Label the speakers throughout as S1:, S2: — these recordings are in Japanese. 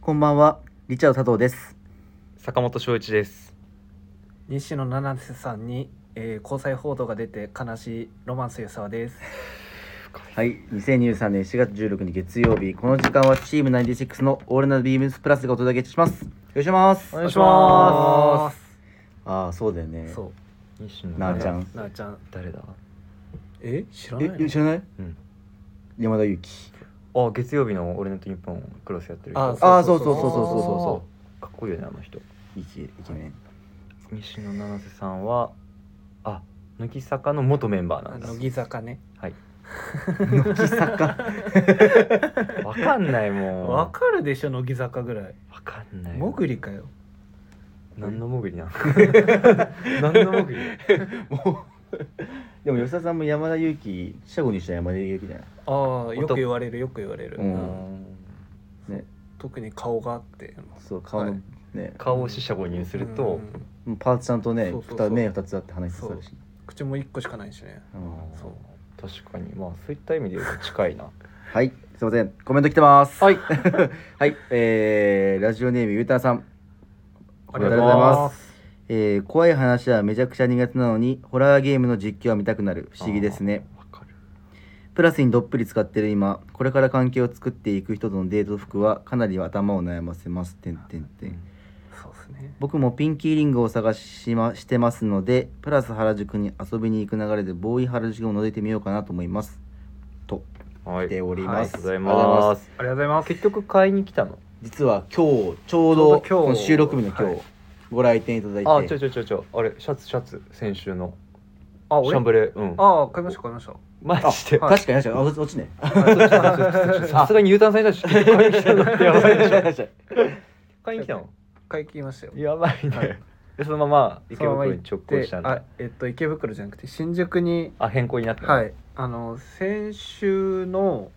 S1: こんばんは、リチャード佐藤です。
S2: 坂本翔一です
S3: 西野七瀬さんに、えー交際報道が出て悲しいロマンス湯沢です。。
S1: はい、2023年4月16日月曜日、この時間はチーム96のオールナイトビームスプラスがお届けします。よろしくお願いします。
S2: お願いします
S1: ああ、そうだよね。
S3: そう。
S2: 西野
S1: なあちゃん
S3: なあちゃん。
S2: 誰だ
S3: え、知らないの
S1: え、知らない
S2: うん
S1: 山田裕貴。
S2: あ月曜日の「俺の日本クロスやってる人
S3: あ
S1: ああ、そ
S3: そ
S1: そ
S3: ううそうう
S1: そ
S3: そうう
S1: そうそう
S2: そうそう
S1: そ
S2: かっこいいよねあの人
S1: う。イケイケメン。
S2: 西野七瀬さんはあ乃木坂の元メンバーな
S3: あ
S2: んだ
S3: 乃木坂ね。
S2: はい
S1: 乃木坂。
S2: わかんない もん
S3: わかるでしょ乃木坂ぐらい。
S2: わかんない
S3: もぐりかよ。
S2: 何のもぐりな 何のもぐり
S1: もう。でも吉田さんも山田裕貴、死者後にした山田裕貴じゃない。
S3: ああ、よく言われるよく言われる。
S1: うんね、
S3: 特に顔があって。
S1: そう、顔
S3: は
S1: の
S3: い
S1: ね、
S2: 顔を四捨五入すると、
S3: うん
S1: パーツちゃんとね、
S3: そうそう
S1: 二
S3: そう
S1: 目二つあって話されるし。
S3: 口も一個しかないしね。
S1: うん
S3: そう
S2: 確かにまあそういった意味で言うと近いな
S1: はい、すいません、コメント来てます。
S2: はい
S1: はい、えー、ラジオネームゆうたんさん。ありがとうござい
S3: ま
S1: ます。えー、怖い話はめちゃくちゃ苦手なのに、ホラーゲームの実況は見たくなる、不思議ですね。
S2: あーわかる
S1: プラスにどっぷり使ってる今、これから関係を作っていく人とのデート服は、かなり頭を悩ませます。てんてんてん。
S3: そうですね。
S1: 僕もピンキーリングを探しましてますので、プラス原宿に遊びに行く流れで、ボーイ原宿を覗いてみようかなと思います。と、
S2: はい
S1: 来ております
S2: ありがとうござい
S1: ありがとうござい
S2: ま
S1: ます
S3: ありがとうございます。
S2: 結局買いに来たの
S1: 実は今日、ちょうど、
S3: ちょうど今日
S1: この収録日の今日、
S3: はい
S1: ご来店いただいて。
S2: あちょちょちょちょあれシャツシャツ先週の
S3: あ、
S2: シャン
S3: 俺。
S2: ブレーうん
S3: ああ、買いました買い ました。
S2: マジで
S1: あ確かに確かにあ落ち落ちね
S2: さすがに U ターンさんに対して買いに来たのってやばい でしょ買いに来たの
S3: 買い切りましたよ。
S2: やばい
S3: はい
S2: ねでそのまま池
S3: そのまま
S2: 袋
S3: 行
S2: に
S3: って
S2: 直行したん
S3: あ
S2: だ
S3: えっと池袋じゃなくて新宿に
S2: あ変更になったの
S3: はいあの先週の、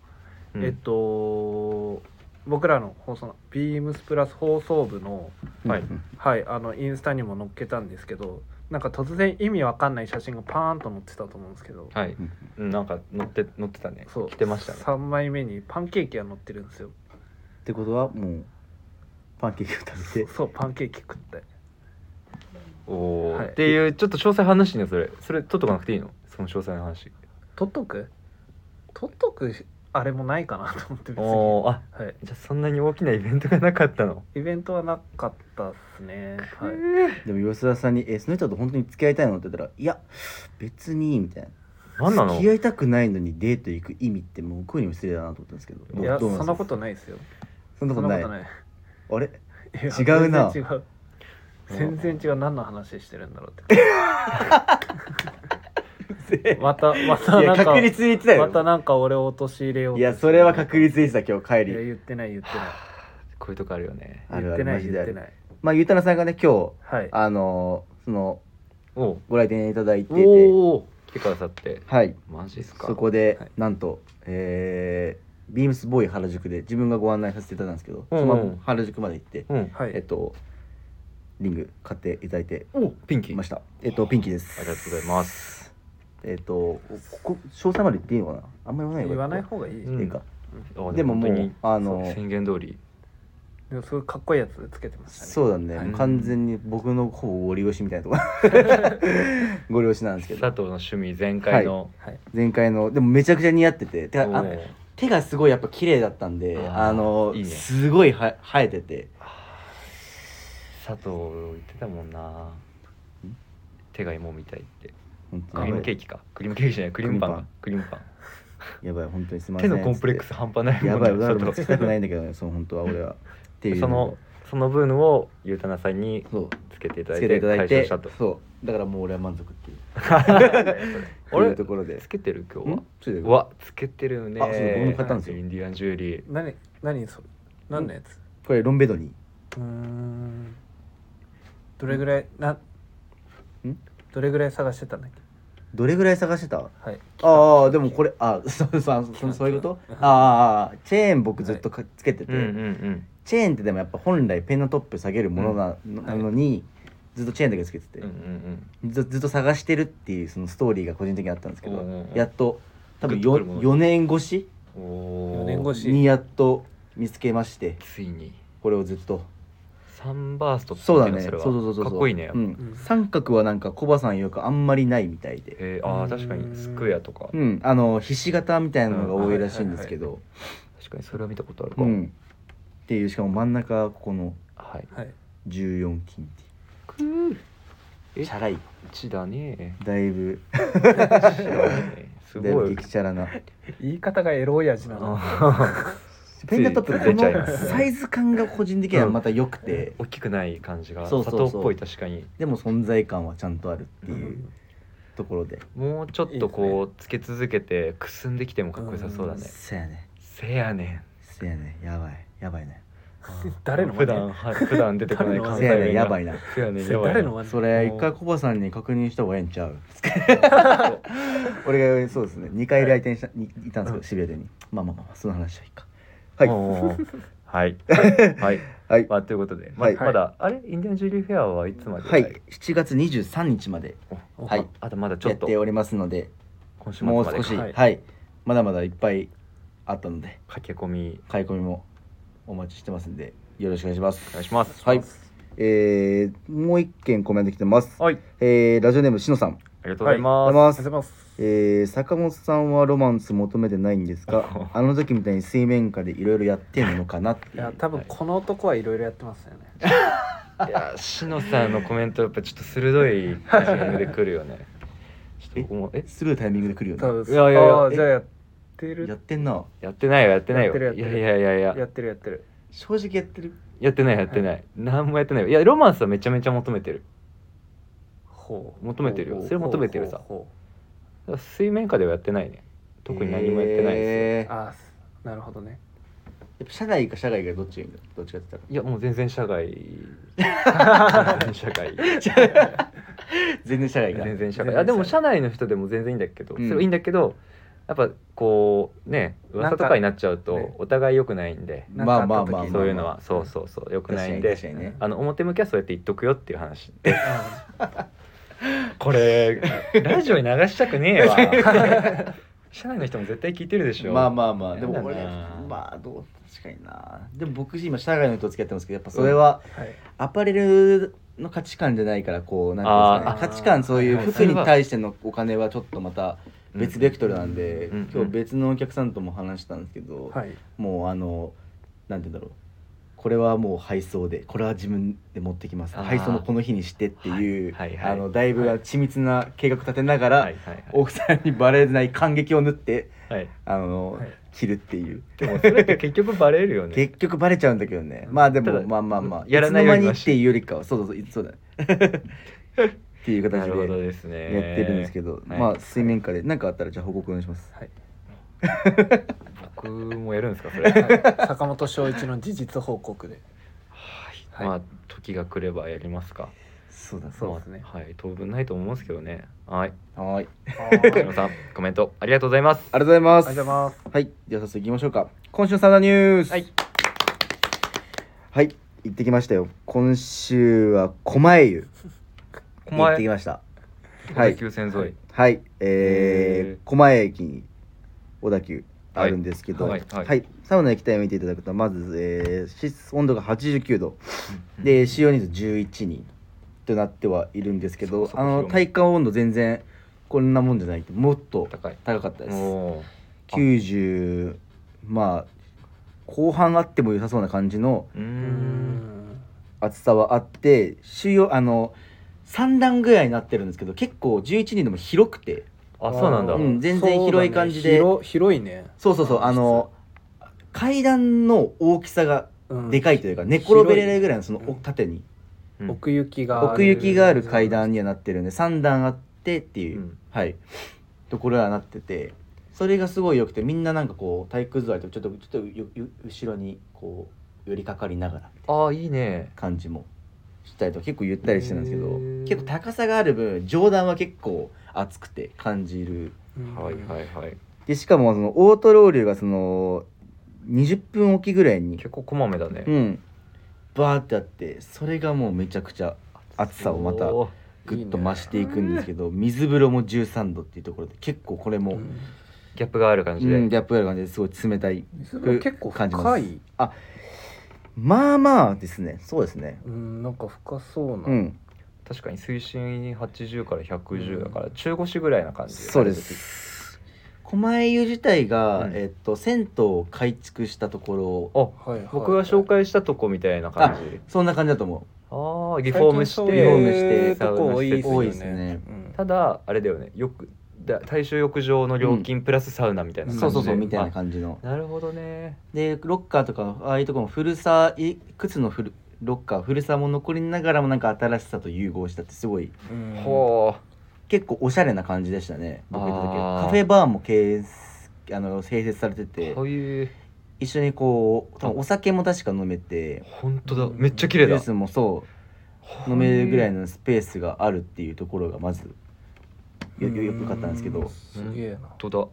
S2: うん
S3: えっと僕らの放送のビームスプラス放送部の
S2: はい
S3: はいあのインスタにも載っけたんですけどなんか突然意味わかんない写真がパーンと載ってたと思うんですけど、
S2: はいうんなんか乗って乗ってたね
S3: そう
S2: 来てましたね
S3: 3枚目にパンケーキが載ってるんですよ
S1: ってことはもうパンケーキを食 べて
S3: そうパンケーキ食って
S2: お
S3: は
S2: ー
S3: い
S2: っていうちょっと詳細話してねそれそれ取っとかなくていいのその詳細の話
S3: 取っとく取っとくあれもないかなと思って別に、
S2: おーあ
S3: は
S2: じゃあそんなに大きなイベントがなかったの
S3: い、イベントはなかったっすねはい
S1: でも吉田さんに「えその人と本当に付き合いたいの?」って言ったら「いや別に」みたいな
S2: 何なの
S1: 付き合いたくないのにデート行く意味ってもうこういうのも失礼だなと思ったんですけど
S3: いや
S1: ど
S3: そ
S1: うん思い
S3: な
S1: ます
S3: ことないですよ。
S1: そんなことない
S3: ない。
S1: あれ
S3: いや
S1: 違うな
S3: 全然違う。全然違う何の話してるんだろうって。またまた
S1: いや
S3: なんか
S1: 確率言ってた
S3: また
S1: よ
S3: なんか俺を陥れようと
S1: いやそれは確率言ってた今日帰
S3: いや
S1: り
S3: 言ってない言ってない
S2: こういうとこあるよね
S1: ある
S3: 言
S1: あ
S3: っ
S1: る
S3: てな
S1: マ
S3: い
S1: ジで
S3: 言
S1: あ
S3: って
S1: る
S3: ない。
S1: まあゆうたなさんがね今日
S3: はい。
S1: あのーその
S2: おう
S1: ご来店いただいてて
S2: おお来てくださって
S1: はい
S2: マジっすか
S1: そこで、
S2: はい
S1: なんとえー、ビームスボーイ原宿で自分がご案内させていただいたんですけど、
S2: うんうん
S1: そのまま原宿まで行って、
S2: うん
S3: は
S1: えっ
S3: い。
S1: とリング買っていただいて
S2: おピンキ
S1: き
S2: ー
S1: ましたえっとピンキーです
S2: ありがとうございます
S1: えっとここ詳細まで言っていいのかなあんまり言
S3: 言わ
S1: わな
S3: な
S1: い
S3: い
S1: 方が
S3: 方がいい。
S2: う
S3: で
S2: ん
S1: いいか、
S2: あ
S1: でももう
S2: 本当に
S1: あの
S2: そう宣言通り
S3: もすごいかっこいいやつつけてましたね。
S1: そうだね、
S3: はい
S1: もう完全に僕のほぼご利用しみたいなとこご利用しなんですけ
S2: 佐
S1: ど
S2: 藤の趣味全開の、
S3: はい。
S1: 前回のでもめちゃくちゃ似合ってててかあ
S2: おう
S1: 手がすごいやっぱ綺麗だったんで
S2: あ
S1: あ
S2: ー
S1: の
S2: いいね
S1: すごいは生えてて
S2: 佐藤言ってたもんな手が芋みたいって
S1: 本
S2: クリームケーキかクリームケーキじゃないクリームパンかクリームパン
S1: やばい本当にすみませ
S2: 手
S1: ん
S2: のコンプレックス半端ないもんね
S1: やばい俺
S2: 佐
S1: も
S2: 藤
S1: 使ってないんだけどねそう本当は俺はっていう
S2: そのその分をゆうたなさんに
S1: そう
S2: つけていただ
S1: つ
S2: い
S1: けて
S2: て
S1: いただい
S2: 解消
S1: て
S2: したと
S1: そうだからもう俺は満足っていう
S2: あ
S1: ってい
S2: れ
S1: うところで
S2: つけてる今日
S1: ん
S2: は
S1: ついてる
S2: うわつけてるね
S1: あそう僕も買ったんですよ
S2: インディアンジュエリー
S3: 何何それ何のやつ？
S1: これロンベドニ
S3: うーん。どれぐらいなん
S1: ん？
S3: どれぐらい探してたんだっけ？
S1: どれぐらい探してた
S3: はい。
S1: ああでもこれあ そうそうそうそういうことあーあーあーチェーン僕ずっとかつけてて、
S2: うんうん
S1: チェーンってでもやっぱ本来ペンのトップ下げるものな,、なのにずっとチェーンだけつけてて、
S2: うんうんうん
S1: ずずっと探してるっていうそのストーリーが個人的にあったんですけど、
S2: うんうんうん
S1: やっと多分
S2: グッとくるも
S1: 4, 4
S2: の
S1: 年越し
S2: うんおー
S3: 四年越し
S1: にやっと見つけまして
S2: ついに
S1: これをずっと
S2: サンバーストって
S1: そう
S2: 言っ
S1: だ
S2: てんの
S1: ねそう
S2: れは
S1: そうそうそう
S2: かっこいいね、
S1: う
S3: うん
S1: ん、三角はなんかコバさん曰くあんまりないみたいで
S2: えー、あー確かにスクエアとか、
S1: うんあのひし形みたいなのが多いらしいんですけど
S2: 確かにそれは見たことあるか、
S1: うんっていうしかも真ん中はここの
S2: はい
S3: はい
S1: 14金ってい
S2: え
S1: うチャラい
S2: 血だ ね
S1: だいぶ
S2: 血だねす
S1: だいぶ
S2: ごい
S1: 激チャラな
S3: 言い方がエロ親父な の
S2: あ
S1: ペンダントってこ
S2: 出ちゃいます
S1: のサイズ感が個人的にはまた良くて
S2: ー大きくない感じが
S1: そうそうそう
S2: 砂糖っぽい確かに
S1: でも存在感はちゃんとあるっていうところで
S2: もうちょっと
S3: いい
S2: こうつけ続けてくすんできてもかっこよさそうだね
S1: せやね
S2: せやねん
S1: せやねやばいやばいね
S3: 誰の真似
S2: 普段は普段出てこない関
S1: せ
S2: 西
S1: や
S2: 弁
S1: ね
S2: が
S1: やばいな
S2: せやねんやばいな
S3: 誰の真似
S1: それ一回コバさんに確認した方がええんちゃう 俺がそうですね2回来店したにいたんですけど渋谷でにまあまあまあまあその話はいいかはい
S2: おーはいはい
S1: はい
S2: まあということでま
S1: はい
S2: まだあれインディアンジュリーフェアはいつまで
S1: はい7月23日まで
S2: お
S1: はい
S2: あとまだちょ
S1: や
S2: っ
S1: っ
S2: と
S1: ておりますので
S2: 今週末
S1: も
S2: ま
S1: う
S2: でか
S1: 少し
S3: は
S1: はいい、まだまだいっぱいあったので
S2: 駆け込み
S1: 買い込みもお待ちしてますんでよろしくお願いします
S2: お願いします
S1: はいえー、もう一件コメント来てます、
S2: はい
S1: えー、ラジオネームしのさん
S2: ありがとうございま
S1: は
S2: す
S1: い
S3: ありがとうございます
S1: えー、坂本さんはロマンス求めてないんです があの時みたいに水面下でいろいろやってんのかなって
S3: い
S1: いう
S3: や多分この男はいろいろやってますよね
S2: いやしのさんのコメントやっぱちょっと鋭いタイミングで来るよね。ちょっと思うえ
S1: するタイミングで来るよ
S3: 多
S1: ね
S3: 分
S2: いやいやいや
S3: あーじゃあやって
S1: やっ
S3: る
S1: てんな
S2: やってないよやってない
S3: やっ
S2: よ。
S3: てるやっ
S2: い
S3: て
S2: や
S3: る
S2: いやいやい
S3: や
S2: や
S3: ってるやってる
S1: 正直やってる
S2: やってないやってない。なんもやってないよ。いやロマンスはめちゃめちゃ求めてる。
S3: ほう
S2: 求めてるよ
S3: ほう
S2: それ求めてるさ
S3: ほうほ
S2: だから水面下ではやってないね。特に何もやってないですよ。
S1: え
S3: うほう
S1: ー
S3: あーすなるほどね
S1: やっぱ社内か社外かどっちがいいんだどっちかって言っ
S2: いやもう全然 社外。全然社外。
S1: たら全然社外か
S2: 全然社
S3: 全然社
S2: 外。
S3: 外
S2: あでも社内の人でも全然いいんだけど、
S1: うん
S2: それいいんだけど。やっぱこうね噂とかになっちゃう
S3: なんか
S2: と
S3: ね
S2: お互い良くないんで、
S1: まあまあまあまあ、まあ、
S2: そういうのはそうそうそう良く
S1: 確
S2: な
S1: か
S2: いん
S1: に
S2: で
S1: 確かにね
S2: あの表向きはそうやって言っとくよっていう話
S3: あ
S2: これ ラジオに流したくねえ わ社内の人も絶対聞いてるでしょ
S1: まあまあまあでも
S2: やだな
S1: 俺まあどう確かになでも僕今社外の人と付き合ってますけどやっぱそれは
S3: ーはい
S1: アパレルの価値観じゃないからこうなんていうんですかね
S3: あー
S1: 価値観そういう
S2: はいはい
S1: 服に対してのお金はちょっとまた
S2: うん
S1: 別ベクトルなんで、
S2: うんうん
S1: 今日別のお客さんとも話したんですけど、
S3: はい
S1: もうあのなんて言うんだろうこれはもう配送でこれは自分で持ってきます
S2: あー
S1: 配送もこの日にしてっていう、
S2: はいはいはい
S1: あのだいぶ緻密な計画立てながら、
S2: はいはい
S1: 奥さんにバレない感激を縫って
S2: はい、はい、
S1: あの、
S3: はい
S1: 着るっていう
S2: でもそれって結局バレるよね
S1: 結局バレちゃうんだけどねまあで
S2: ただ
S1: もまあまあまあ
S2: やらないより
S1: つの
S2: マ
S1: 間に
S2: シ
S1: っていうよりかはそうそうそうそうだね っていう
S2: な
S1: 形
S2: るほど
S1: で
S2: ですね
S1: やってるんですけど、
S2: はい
S1: まあ水面下で何かあったらじゃあ報告お願いします
S3: はい
S2: 僕もやるんです かそれはい、
S3: はい坂本翔一の事実報告ではい
S2: まあ時が来ればやりますか
S1: そうだ
S3: そうですね
S2: まあはい当分ないと思うんですけどねはい
S1: はーい
S3: はい
S2: 皆さん コメントありがとうございます
S1: ありがとうございます
S3: ありがとうございます
S1: はいでは早速いきましょうか今週のサダニュース
S2: はい
S1: はい行ってきましたよ今週は狛江湯
S2: 狛江
S1: 行ってきました
S2: は
S1: はい
S2: い急線沿い、はい
S1: はい、え
S2: へ
S1: ー、狛江駅に小田急あるんですけど、
S2: は
S1: はいい
S2: はい
S1: サウナ液体を見ていただくとまず、えー室温度が89度で使用人数11人となってはいるんですけど
S2: そこそこ
S1: あの
S2: 広い
S1: 体感温度全然こんなもんじゃないってもっと
S2: 高い
S1: 高かったです
S2: おー
S1: 90まあ後半あっても良さそうな感じの
S2: うー
S3: うんん
S1: 厚さはあって収容あの3段ぐらいになってるんですけど結構11人でも広くて
S2: あそうなんだ、
S1: うん全然広い感じで
S3: そうだね広広いね
S1: そうそうそうあの階段の大きさがでかいというか、寝転べれるぐらいのその
S3: 広い
S1: 縦に
S2: うん
S3: 奥行きがある
S1: 奥行きがある階段にはなってるんで3段あってっていう、
S2: うん
S1: はいところはなっててそれがすごい良くてみんななんかこう体育座りとちょっとちょっとよよ後ろにこう寄りかかりながら
S2: ああいいね
S1: 感じもしたりとか結構ゆったりしてるんですけ
S2: へ
S1: ど
S2: ー
S1: 結構高さがある分上段は結構熱くて感じる
S3: うん
S2: はいはいはい
S1: でしかもそのオートロールがその20分おきぐらいに
S2: 結構こまめだね
S1: うんバーってあってそれがもうめちゃくちゃ暑さをまた
S2: おー
S1: ぐっと増していくんですけど水風呂も13度っていうところで結構これも、
S3: うん
S2: ギャップがある感
S1: う
S2: じで、
S1: んギャップがある感じですごい冷たい
S3: 水風呂結構
S1: 感じま
S3: 深
S1: す
S3: い
S1: まあまあですねそうですね
S3: うんなんか深そうな、
S1: うん
S2: 確かに水深80から110だから中腰ぐらいな感じ
S1: そうです狛江湯自体が、
S2: うん
S1: えっと、銭湯を改築したところ
S2: あ
S3: はいはいはい
S2: 僕が紹介したとこみたいな感じ
S1: そんな感じだと思
S2: ああリフォームして
S3: 最近そう
S1: リフォームして
S3: いうとこ多いですよね
S1: 多いですね
S3: うん
S2: ただあれだよねよくだ大衆浴場の料金プラスサウナみたいな
S1: う
S2: 感じ
S1: そ
S2: で、
S1: うそうそうみたいな感じの
S2: あなるほどね
S1: でロッカーとかああいうとこも古さい靴の古ロッカー古さも残りながらもなんか新しさと融合したってすごい
S3: うん
S2: ほ
S1: 結構おしゃれな感じでしたね僕行った時
S2: あー
S1: カフェバーも経営あの併設されて
S2: う
S1: て
S2: こういう
S1: 一緒にこう多分お酒も確か飲めて
S2: 本当だめっちゃ綺麗
S1: ジュ
S2: だ
S1: ースもそう飲めるぐらいのスペースがあるっていうところがまずよよよくよかったんですけ
S3: う
S1: ど
S3: すげえな
S2: 本当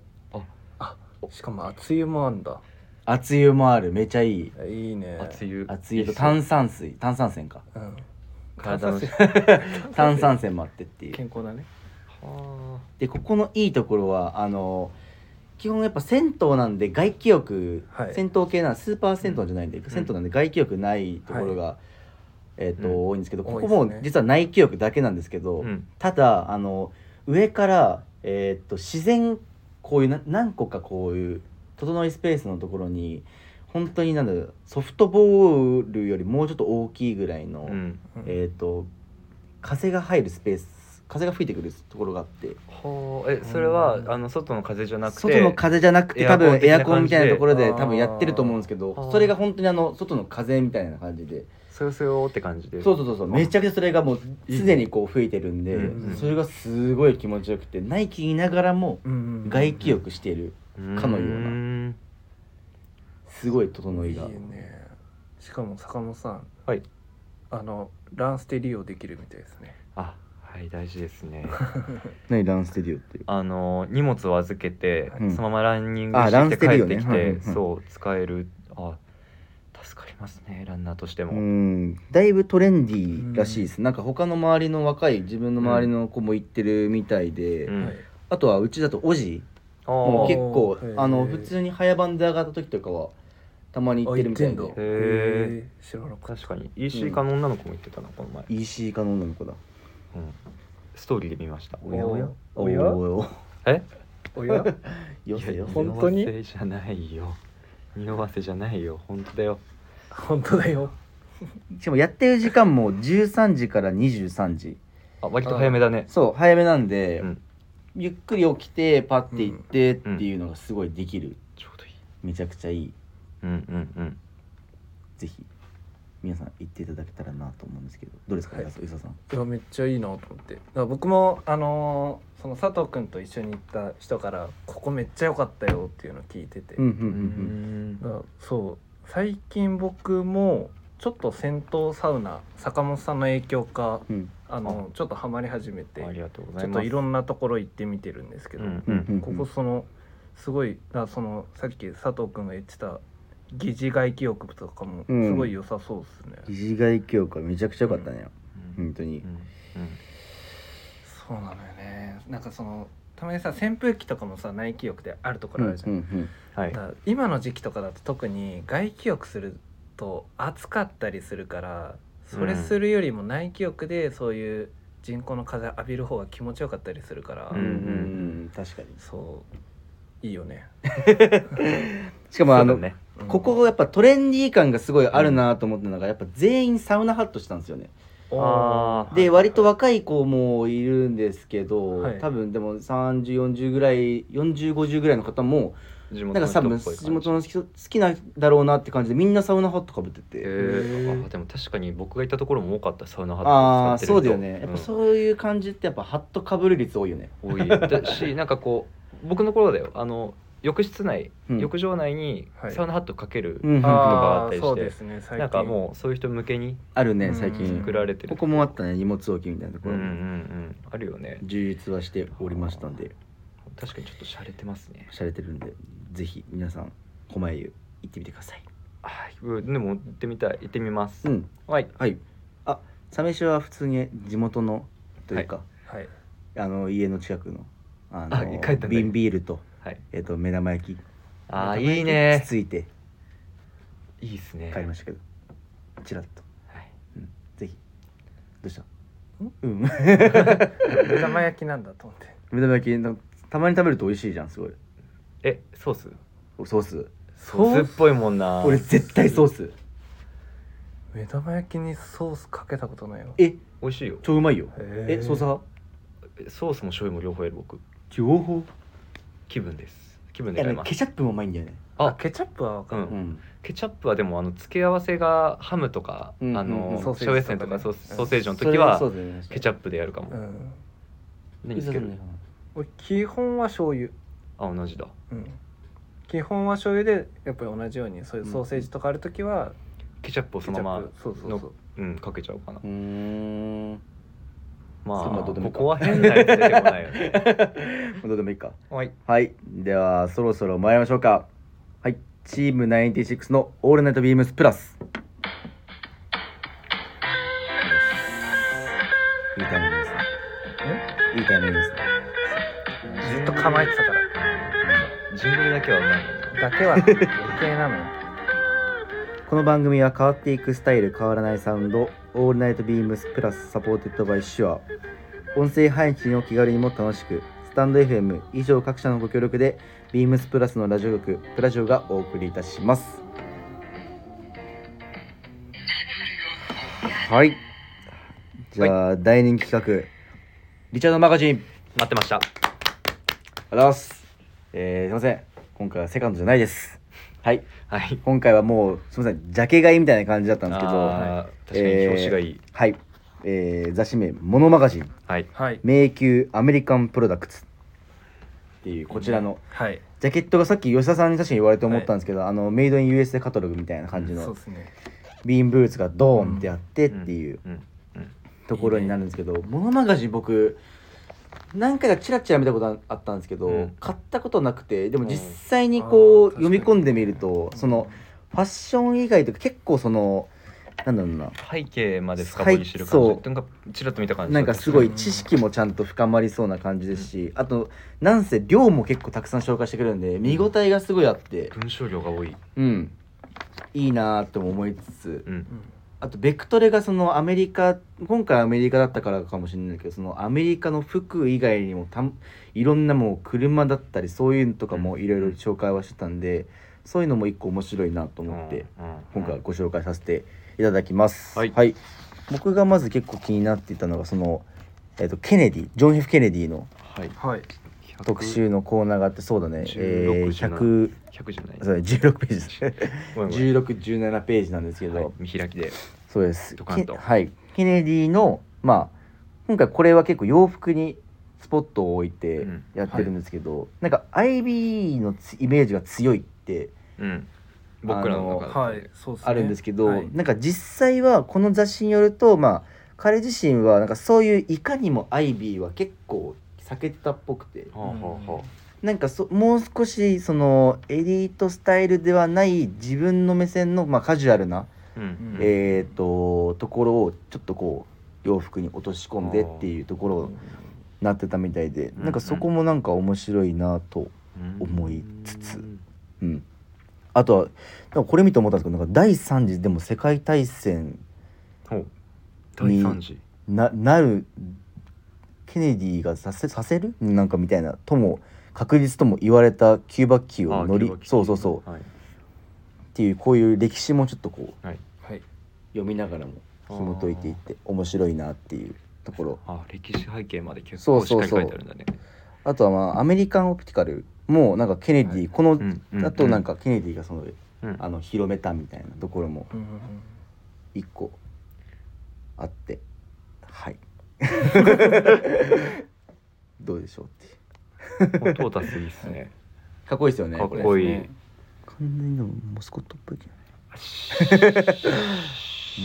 S3: しかも熱湯もあんだ
S1: 熱湯もあるめちゃいい
S3: いいね
S2: だ熱湯
S1: 熱湯と炭酸水炭酸泉か
S3: うん
S2: 体の
S1: 炭酸泉もあってっていう
S3: 健康だね
S2: は
S1: でここのいいところはあの基本やっぱ銭湯なんで外気浴、
S3: はい
S1: 銭湯系なんスーパー銭湯じゃないんで、
S3: ん
S1: 銭湯なんで外気浴ないところが、えっ、と、
S2: うん
S1: 多いんですけどここも
S3: 多いですね
S1: 実は内気浴だけなんですけ
S2: あ
S1: ど、
S2: うん
S1: ただあの上からえっ、と自然こういうな何個かこういう整いスペースのところに本当になんだろうソフトボールよりもうちょっと大きいぐらいの、
S2: うん
S1: えっ、と風が入るスペース風が吹いてくるところがあって。
S2: はあえそれは
S3: うん
S2: あの外の風じゃなくて
S1: 外の風じゃなくて
S2: エ
S1: 多
S2: アコン
S1: 分
S2: 的
S1: エ
S2: な
S1: アコンみたいなところで
S3: 感じで
S1: 多分やってると思うんですけ
S2: あ
S1: ど
S2: ー
S1: それが本当にあの外の風みたいな感じで
S2: そよそよって感じで
S1: そうそうそうそうめちゃくちゃそれがもう
S2: いいね
S1: 常にこう吹いてるんで
S2: うん
S3: うん
S1: それがすごい気持ちよくて内気にながらも
S3: うん
S1: 外気浴してるかのような
S2: な
S1: すごい整いが
S3: いいねしかも坂本さん
S2: はい
S3: あのランステ利用できるみたいですね
S2: あはい大事ですね
S1: 何ランステディオって
S2: あの荷物を預けて、
S1: うん
S2: そのままランニング
S1: あラン
S2: して
S1: ステ
S2: 帰
S1: リオ
S2: っ
S1: ね
S2: てきて、
S1: はいはいはい
S2: そう使えるあ助かりますねランナーとしても、
S1: んだいぶトレンディすなんか他の周りの若い自分のの子も行ってるみたいで
S2: うん
S3: はい
S1: あとはうちだとおじ
S2: あ
S1: もう
S2: ー
S1: 結構
S3: へー
S1: あの普通に早番で上がった時とかはたまに行ってるみたい
S3: あ行ってん
S1: で
S3: だ
S2: へ
S3: へえ知らなかっ
S2: 確かに EC 化の女の子も言ってたなこの前、
S1: EC かの女の子だ
S2: うんストーリーで見ました
S3: おやおや
S1: おやおやお
S2: え
S3: たおや
S1: よせ
S2: いや
S1: よせ
S3: 本当に
S2: 匂わせじゃないよ匂わせじゃないよ本当だよ
S3: 本当だよ
S1: しかもやってる時間も13時から23時
S2: あ割と早めだね
S1: そう早めなんで、
S2: うん
S1: ゆっくり起きてパッて行ってっていうのがすごいできる、
S2: ちょうどいい
S1: めちゃくちゃいい
S2: うんうんうん
S1: ぜひ皆さん行っていただけたらなと思うんですけどどうですか、
S3: はい
S1: 安田さん
S3: いやめっちゃいいなと思ってだから僕もあのーその佐藤君と一緒に行った人から「ここめっちゃ良かったよ」っていうのを聞いてて、
S1: うんうんう
S2: うんん
S3: だからそう最近僕もちょっと銭湯サウナ坂本さんの影響か
S1: うんうん
S3: あのちょっとハマり始めて
S2: ありがとうござ
S3: ち
S2: い
S3: ょっ
S2: ます
S3: といろんなところ行ってみてるんですけど、
S2: うん
S1: うんうん
S3: ここそのすごいだそのさっき佐藤君が言ってた疑似外気浴とかも
S1: うん
S3: すごい良さそうですね、
S1: 疑似外教科めちゃくちゃ良かったね、
S2: うん
S1: 本当に
S2: う、んうん
S3: そうなのよねなんかそのたまにさ扇風機とかもさ内気浴であるところあるじゃん、
S1: ん
S2: はい
S3: だから今の時期とかだと特に外気浴すると暑かったりするからそれするよりも内気浴でそういう人工の風浴びる方が気持ちよかったりするから、
S2: う
S1: うん
S2: ん
S1: うん確かに
S3: そういいよね、
S1: しかもあの、
S2: そうだね
S3: うん
S1: ここやっぱトレンディー感がすごいあるなと思ったのがやっぱ全員サウナハットしたんですよね。
S2: あー
S1: で割と若い子もいるんですけど、
S3: はい
S1: 多分でも3040ぐらい4050ぐらいの方も
S2: 地元
S1: なん
S2: の
S1: か
S2: 人
S1: 多
S2: っぽ
S1: 分
S2: い感じ
S1: 地元の人好きなんだろうなって感じでみんなサウナハットかぶってて、
S2: へー
S3: へー
S2: あでも確かに僕が行ったところも多かったサウナハ
S1: あ
S2: ッ
S1: あ
S2: ト使ってる人
S1: そうだよねやっぱ
S2: う
S1: そういう感じってやっぱハットかぶる率多いよね。
S2: ん多い だしなんかこう僕の頃だよあの浴室内、
S1: うん
S2: 浴場内に
S3: はい
S2: サウナハットかける、
S1: うんうん
S2: あ
S3: あ
S2: あった
S3: ー
S2: りして
S3: そうですね最近
S2: なんかもうそういう人向けに
S1: あるね最
S3: うん
S1: 近
S2: 作られてる
S1: ここもあったね荷物置きみたいなとこ
S2: うん
S1: ろ
S2: うんう
S1: も、
S2: んあるよね
S1: 充実はしておりましたんで
S2: 確かにちょっと洒落てますね
S1: 洒落てるんでぜひ皆さん狛江湯行ってみてください。
S2: はいうんでも行ってみたい行ってみます、
S1: うん
S2: はい
S1: はい。あ、サメシは普通に地元のというか、
S3: はい
S1: あの家の近くのあの
S2: あ帰ったんだ
S1: 瓶ビールと
S2: はい
S1: えっ、と目玉焼き。
S2: ああ
S1: 目玉焼き
S2: いいね
S1: つついて
S2: いいですね
S1: 帰りましたけど。ちらっと、
S2: はい
S1: うん、ぜひどうした
S3: ん
S1: うん
S3: 目玉焼きなんだと思って
S1: 目玉焼きのたまに食べると美味しいじゃんすごい
S2: えソース
S1: ソース
S2: ソースっぽいもんな
S1: 俺絶対ソース
S3: 目玉焼きにソースかけたことないよ
S1: え
S2: 美味しいよ
S1: 超うまいよ
S3: え
S1: えソース派
S2: ソースも醤油も両方やる僕
S1: 情報
S2: 気分です気分
S1: い
S2: で
S1: や
S2: 買い
S1: ね
S2: ま
S1: ケ
S2: す
S1: チャップもうまいんだよね
S3: あ
S2: あ
S3: ケチャップはわか
S2: う
S3: る、
S1: うんん
S2: ケチャップはでもあの付け合わせがハムとか、
S1: うん
S2: あ
S1: うんう
S2: の
S1: ん
S3: ソーセ
S2: 醤油
S3: ー
S2: 煎
S3: ジとかね
S2: とかソース
S3: うん
S2: ソーセージの
S1: そ
S2: 時
S1: れは
S2: は
S1: そうだよね
S2: ケチャップでやるかも、
S3: うん、
S2: 何つける
S1: う
S3: 俺基本は醤油
S2: あ同じだ
S3: うん基本は醤油でやっぱり同じようにそういうソーセージとかある時は
S2: ケチャップを
S3: ケチ
S2: そ
S3: ャ
S2: の
S3: ップ
S2: まま
S3: そうそうそう
S2: うんかけちゃうかな、
S1: ーん
S2: ま
S1: そんな
S2: あ
S1: どうでもい
S2: こ
S1: いか
S2: こは変なやつ出てこないよ ね
S1: どうでもいいか
S2: はい
S1: はいではそろそろ参りましょうかはいチーム96の「オールナイトビームスプラス」いいタイミングですねいいタイミングですね
S3: ずっと構えてたか
S2: ジングルだけはうまいもんな
S3: らだ けは余計なのよ
S1: この番組は変わっていくスタイル変わらないサウンド「オールナイトビームスプラス」サポーテッドバイシュア音声配信を気軽にも楽しくスタンド FM 以上各社のご協力でビームスプラスのラジオ局プラジオがお送りいたしますはいじゃあ、大人気企画リチャードマガジン
S2: 待ってました
S1: ありがとうございますえー、すいません今回はセカンドじゃないですはい
S2: はい
S1: 今回はもうすみませんジャケ買いみたいな感じだったんですけどは
S2: あー確かに表紙がいい、
S1: い、えー雑誌名「モノマガジン
S2: はい
S3: はい
S1: 迷宮アメリカンプロダクツ」っていうこちらの
S3: はい
S1: ジャケットがさっき吉田さんに確かに言われて思ったんですけど、あのメイドイン USA カタログみたいな感じ
S3: そう
S1: の
S3: ですね
S1: ビーンブーツがドーンってあってっていう
S2: うんうん
S1: ところになるんですけど、モノマガジン僕何回かチラチラ見たことあったんですけど、
S2: うん
S1: 買ったことなくてでも実際に
S3: うんあ
S1: こう
S3: ー
S1: 読み込んでみるとそのファッション以外というか結構そのなんだろうな
S2: 背景まで深掘りしてる感
S1: は
S2: じ
S1: いそう
S2: なんかちらっと見た感じ
S1: なんかすごい知識もちゃんと深まりそうな感じですし、あとなんせ量も結構たくさん紹介してくれるんで見応えがすごいあって
S2: 文章量が多い、
S1: うんいいなーとも思いつつ
S2: うん
S3: うん
S1: あとベクトルがそのアメリカ今回アメリカだったからかもしれないけどそのアメリカの服以外にもたんいろんなもう車だったりそういうのとかもいろいろ紹介はしてたんでそういうのも一個面白いなと思って。
S2: うんうん
S1: 今回ご紹介させていただきます。
S2: はい
S1: 僕がまず結構気になっていたのがその、えっとケネディジョン・ F ・ケネディの
S2: はい
S3: はい
S1: 特集のコーナーがあってそうだね、えー、
S2: 16じゃない
S1: 100
S2: 100じゃない
S1: そうだね16ページです
S2: ご めんごめん
S1: 1617ページなんですけど、
S2: はい見開きで
S1: そうです
S2: ドカンと
S1: けはい、ケネディのまあ今回これは結構洋服にスポットを置いて
S2: うん
S1: やってるんですけど、なんか IB のつイメージが強いって
S2: うん僕らの中だと
S3: はいそうですね
S1: あるんですけど、
S3: はい
S1: なんか実際はこの雑誌によるとまあ彼自身はなんかそういういかにもアイビーは結構避けてたっぽくて
S2: はあはあは
S1: なんかそもう少しそのエリートスタイルではない自分の目線の、まあ、カジュアルな、
S2: あうん
S3: うん
S1: えー、とところをちょっとこう洋服に落とし込んでっていうところになってたみたいで
S2: うん
S1: なんかそこもなんか面白いなと、
S2: うん
S1: 思いつつうん、あとはでもこれ見て思ったんですけどなんか第3次でも世界大戦
S2: ほう第三次
S1: ななるケネディがさせさせるなんかみたいなとも確実とも言われたキューバ危機を乗りそうそうそうっ
S2: はい
S1: ていうこういう歴史もちょっとこう
S3: はい
S1: 読みながらも紐解いていって面白いなっていうところ
S2: あ歴史背景まで結
S1: そ
S2: 構
S1: う
S2: しっ
S1: そう
S2: か
S1: そう
S2: り書いてあるんだね
S1: あとはまあアメリカン・オプティカルもなんかケネディ、
S3: はい
S1: この、
S2: うんうん
S1: あとなんかケネディがその
S2: うん
S1: あの広めたみたいなところも
S3: うんうんうん
S1: 一個あって はい。どうでしょうっていう
S2: もうトータスいいっすね
S1: かっこいいですよね
S2: かっ
S1: これ
S2: こいい
S3: そうですね
S1: 完全にでもモスコットっぽいけどね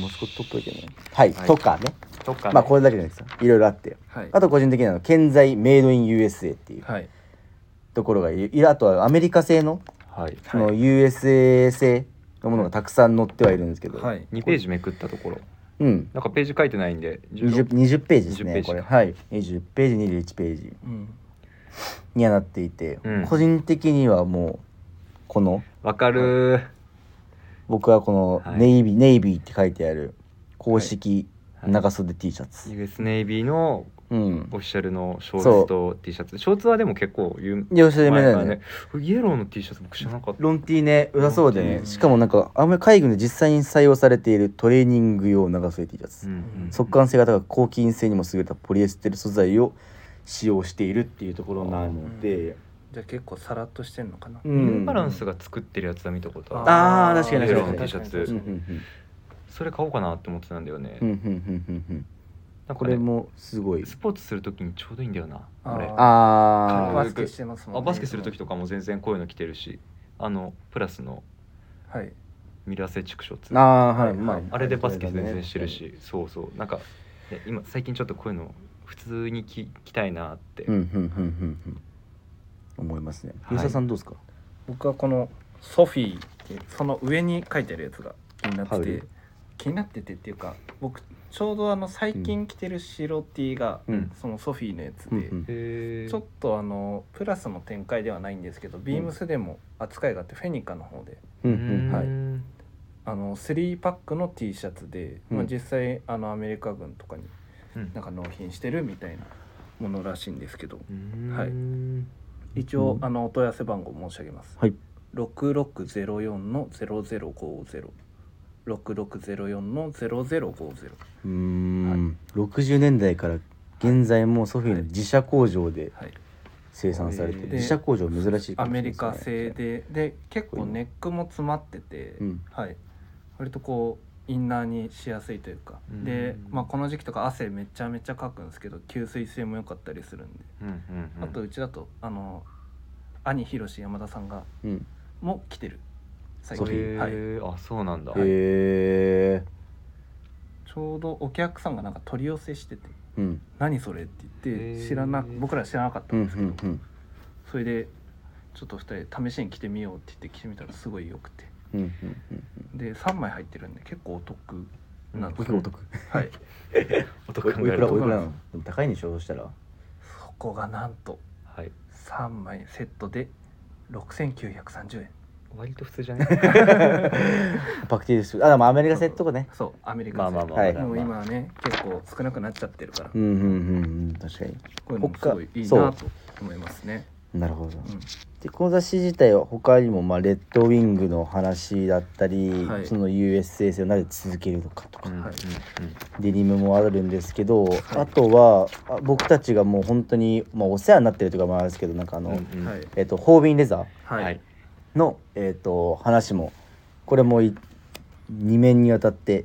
S1: モスコットっぽいけどねはい、
S2: はい
S1: とかね
S2: とかね
S1: まあこれだけじゃないですよいろいろあって
S3: はい
S1: あと個人的なの健在メイドイン USA っていう
S3: はい
S1: ところがいるあとはアメリカ製の
S2: はい
S1: その USA 製のものがたくさん載ってはいるんですけど、
S3: はい
S2: 二ページめくったところ
S1: うん
S2: なんかページ書いてないんで
S1: 20, 20ページです
S2: 20ペ
S1: ね
S2: ージ
S1: これはい20ページ21ページ
S3: うん
S1: にはなっていて、
S2: うん
S1: 個人的にはもうこの
S2: わかる
S1: 僕はこの
S2: はい
S1: ネイビー、ネイビーって書いてある公式
S2: はい
S1: 長袖 T シャツ、
S2: US ネイビーの
S1: うん
S2: オフィシャルのショー
S1: そう
S2: ツと T シャツショーツはでも結構有
S1: でおしゃれめだ
S2: 前か
S1: よ
S2: ら
S1: ね
S2: ねイエローの T シャツ僕知らなかった
S1: ロン T ね良さそうで
S2: ロン
S1: ね
S2: T
S1: しかもなんかあんまり海軍で実際に採用されているトレーニング用長袖 T シャツ、
S2: うんうん
S1: 速乾性が高く抗菌性にも優れたポリエステル素材を使用しているっていうところなので、
S3: じゃあ結構さらっとしてんのかな、
S1: う
S2: ニ
S1: ん
S2: ューバランスが作ってるやつは見たことある
S1: あー確かに
S2: イエロ
S1: 確
S2: ー
S1: か
S2: の
S1: に
S2: T シャ
S1: う
S2: ツ
S1: んうん
S2: それ買おうかなって思ってたんだよね
S1: うんうんうんうんうん
S2: なん
S1: こ
S2: か
S1: れ
S2: ね
S1: もすごい
S2: スポーツするときにちょうどいいんだよな
S3: あー
S2: これ
S1: あ
S3: バ
S1: ー
S3: スケしてますもん
S2: あバスケするとき
S3: と
S2: とかも全然こういうの着てるしあのプラスの
S3: はい
S2: ミラーセチクショーツ
S1: あーはい、
S3: はい
S1: まあ
S3: はい、
S2: あれでバスケ全然してるし、そうそうなんか、ね、今最近ちょっとこういうの普通にき着たいなって、
S1: うんうんうんうんうん思いますね
S2: はい
S1: 吉田さんどうですか
S3: 僕はこのソフィーってその上に書いてあるやつが気になって
S1: はい
S3: て気になっててっていうか僕ちょうどあの最近着てる白 T が
S1: うん
S3: そのソフィーのやつ
S1: う
S3: で
S1: ん
S2: へー
S3: ちょっとあのプラスの展開ではないんですけどビームスでも扱いがあってフェニカの方で
S1: うんう
S2: うんん
S1: はい
S3: あの3パックの T シャツで、
S1: うん
S3: まあ、実際あのアメリカ軍とかに
S2: うん
S3: なんか納品してるみたいなものらしいんですけど
S2: うん
S3: はい一
S1: う
S3: 応
S1: ん
S3: あのお問い合わせ番号申し上げます、
S1: はい、
S3: 6604の0050 6604の0050
S1: うーん60年代から現在もソフィーの自社工場で
S3: はい
S1: 生産されてる
S2: で
S1: 自社工場珍しいか
S3: ア
S1: もしれ
S3: メ
S1: ないす
S3: リ
S1: ね
S3: カ製でで結構ネックも詰まってて、
S1: うん
S3: はい割とこうインナーにしやすいというか、
S2: うん
S3: で、まあ、この時期とか汗めちゃめちゃかくんですけど吸水性も良かったりするんで、
S2: うんうんうん
S3: あとうちだとあの兄ひろし山田さんが
S1: うん
S3: も来てる最
S1: ソフィ
S3: 近はい
S2: へーあそうなんだ、
S1: へえ
S3: ちょうどお客さんがなんか取り寄せしてて
S1: うん
S3: 「何それ?」って言っ
S2: へ
S3: て
S2: ー
S3: 知らな僕ら知らなかった
S1: うんん
S3: ですけど、
S1: うん
S3: それでちょっと2人試しに着てみようって言って着てみたらすごい良くて
S1: うんうんうんうん
S3: で3枚入ってるんで結構お得なんです
S1: 結構お得
S3: はい
S2: お
S1: お
S2: 得
S1: い
S2: 感があ
S1: く
S2: る
S1: ら
S2: と
S1: おい
S2: 思
S1: く
S2: い
S1: ら
S2: ま
S1: な
S2: す
S1: のでも高いんでしょそしたら
S3: そこがなんと
S2: はい
S3: 3枚セットで6930円
S2: 割と普通じ ゃない
S1: パクティですあでもアメリカ製ってとかね
S3: そうアメリ
S2: ま
S3: カ
S2: あまあ
S3: 製
S2: まあ、
S1: はい
S3: もう今はね結構少なくなっちゃってるから、
S1: うんうんうんうん確かに
S3: こういうのもすごいいい
S1: そ
S3: な
S1: う
S3: と思いますね、
S1: なるほど
S3: うん
S1: でこの雑誌自体は他にもまあレッドウィングの話だったり、
S3: はい
S1: その USA 製をなぜ続けるのかとか、
S2: うんうんうん
S1: デニムもあるんですけど、あとはあ僕たちがもう本当にまあお世話になってるというかまああれですけどなんかあの、
S2: うんうん
S3: はい
S1: えっとホービンレザ
S3: はい、
S2: はい
S1: ーのえっと話もこれもい2面にわたって